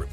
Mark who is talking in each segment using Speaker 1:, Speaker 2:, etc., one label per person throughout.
Speaker 1: Void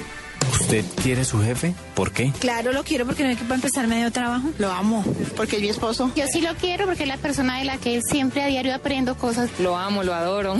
Speaker 2: ¿Usted quiere su jefe? ¿Por qué?
Speaker 3: Claro, lo quiero porque no hay que para empezar medio trabajo.
Speaker 4: Lo amo, porque es mi esposo.
Speaker 5: Yo sí lo quiero porque es la persona de la que él siempre a diario aprendo cosas.
Speaker 6: Lo amo, lo adoro.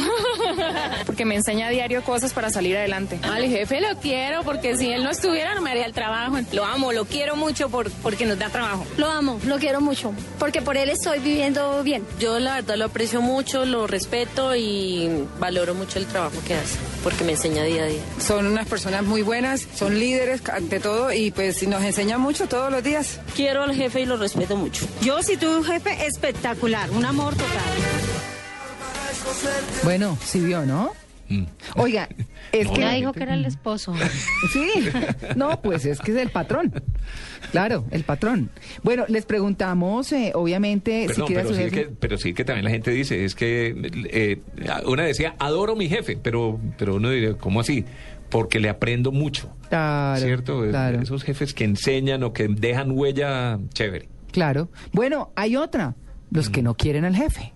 Speaker 6: porque me enseña a diario cosas para salir adelante.
Speaker 7: Al jefe lo quiero porque si él no estuviera no me haría el trabajo. Lo amo, lo quiero mucho por, porque nos da trabajo.
Speaker 8: Lo amo, lo quiero mucho porque por él estoy viviendo bien.
Speaker 9: Yo la verdad lo aprecio mucho, lo respeto y valoro mucho el trabajo que hace porque me enseña día a día.
Speaker 10: Son unas personas muy buenas, son líderes ante todo y pues nos enseña mucho todos los días.
Speaker 11: Quiero al jefe y lo respeto mucho.
Speaker 12: Yo si tuve un jefe espectacular, un amor total.
Speaker 13: Bueno, sí vio, ¿no? Mm. Oiga, es
Speaker 5: no, que... Ya dijo que era el esposo.
Speaker 13: sí, no, pues es que es el patrón. Claro, el patrón. Bueno, les preguntamos, eh, obviamente,
Speaker 14: Perdón, si quiere pero, su sí jefe... que, pero sí que también la gente dice, es que eh, una decía, adoro mi jefe, pero, pero uno diría, ¿cómo así? Porque le aprendo mucho.
Speaker 13: Claro.
Speaker 14: ¿Cierto?
Speaker 13: Claro.
Speaker 14: Esos jefes que enseñan o que dejan huella chévere.
Speaker 13: Claro. Bueno, hay otra, los mm. que no quieren al jefe.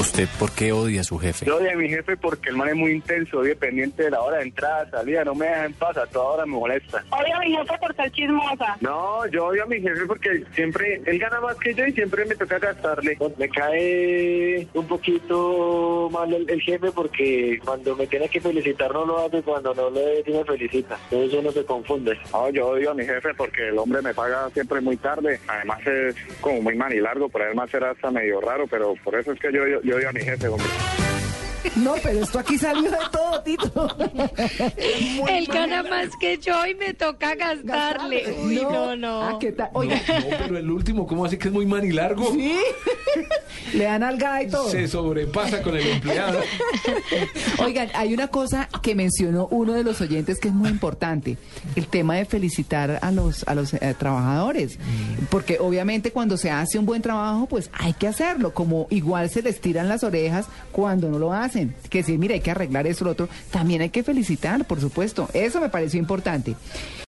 Speaker 2: ¿Usted por qué odia a su jefe?
Speaker 15: Yo odio a mi jefe porque el man es muy intenso, soy dependiente de la hora de entrada, salida, no me deja en paz, a toda hora me molesta.
Speaker 16: Odio a mi jefe por ser chismosa.
Speaker 15: No, yo odio a mi jefe porque siempre, él gana más que yo y siempre me toca gastarle. Pues, Me cae un poquito mal el, el jefe porque cuando me tiene que felicitar no lo hace, cuando no le sí me felicita. Entonces uno se confunde. No, yo odio a mi jefe porque el hombre me paga siempre muy tarde, además es como muy manilargo, por además era hasta medio raro, pero por eso es que yo, yo yo odio a mi jefe, hombre.
Speaker 13: No, pero esto aquí salió de todo, Tito.
Speaker 17: Él gana más que yo y me toca gastarle. gastarle. Uy, no, no. no.
Speaker 13: Ah, ¿qué tal?
Speaker 14: Oiga. No, no, pero el último, ¿cómo así que es muy manilargo?
Speaker 13: Sí. Le dan algada y todo.
Speaker 14: Se sobrepasa con el empleado.
Speaker 13: Oigan, hay una cosa que mencionó uno de los oyentes que es muy importante, el tema de felicitar a los a los eh, trabajadores, porque obviamente cuando se hace un buen trabajo, pues hay que hacerlo, como igual se les tiran las orejas cuando no lo hacen, que si mira, hay que arreglar eso lo otro, también hay que felicitar, por supuesto. Eso me pareció importante.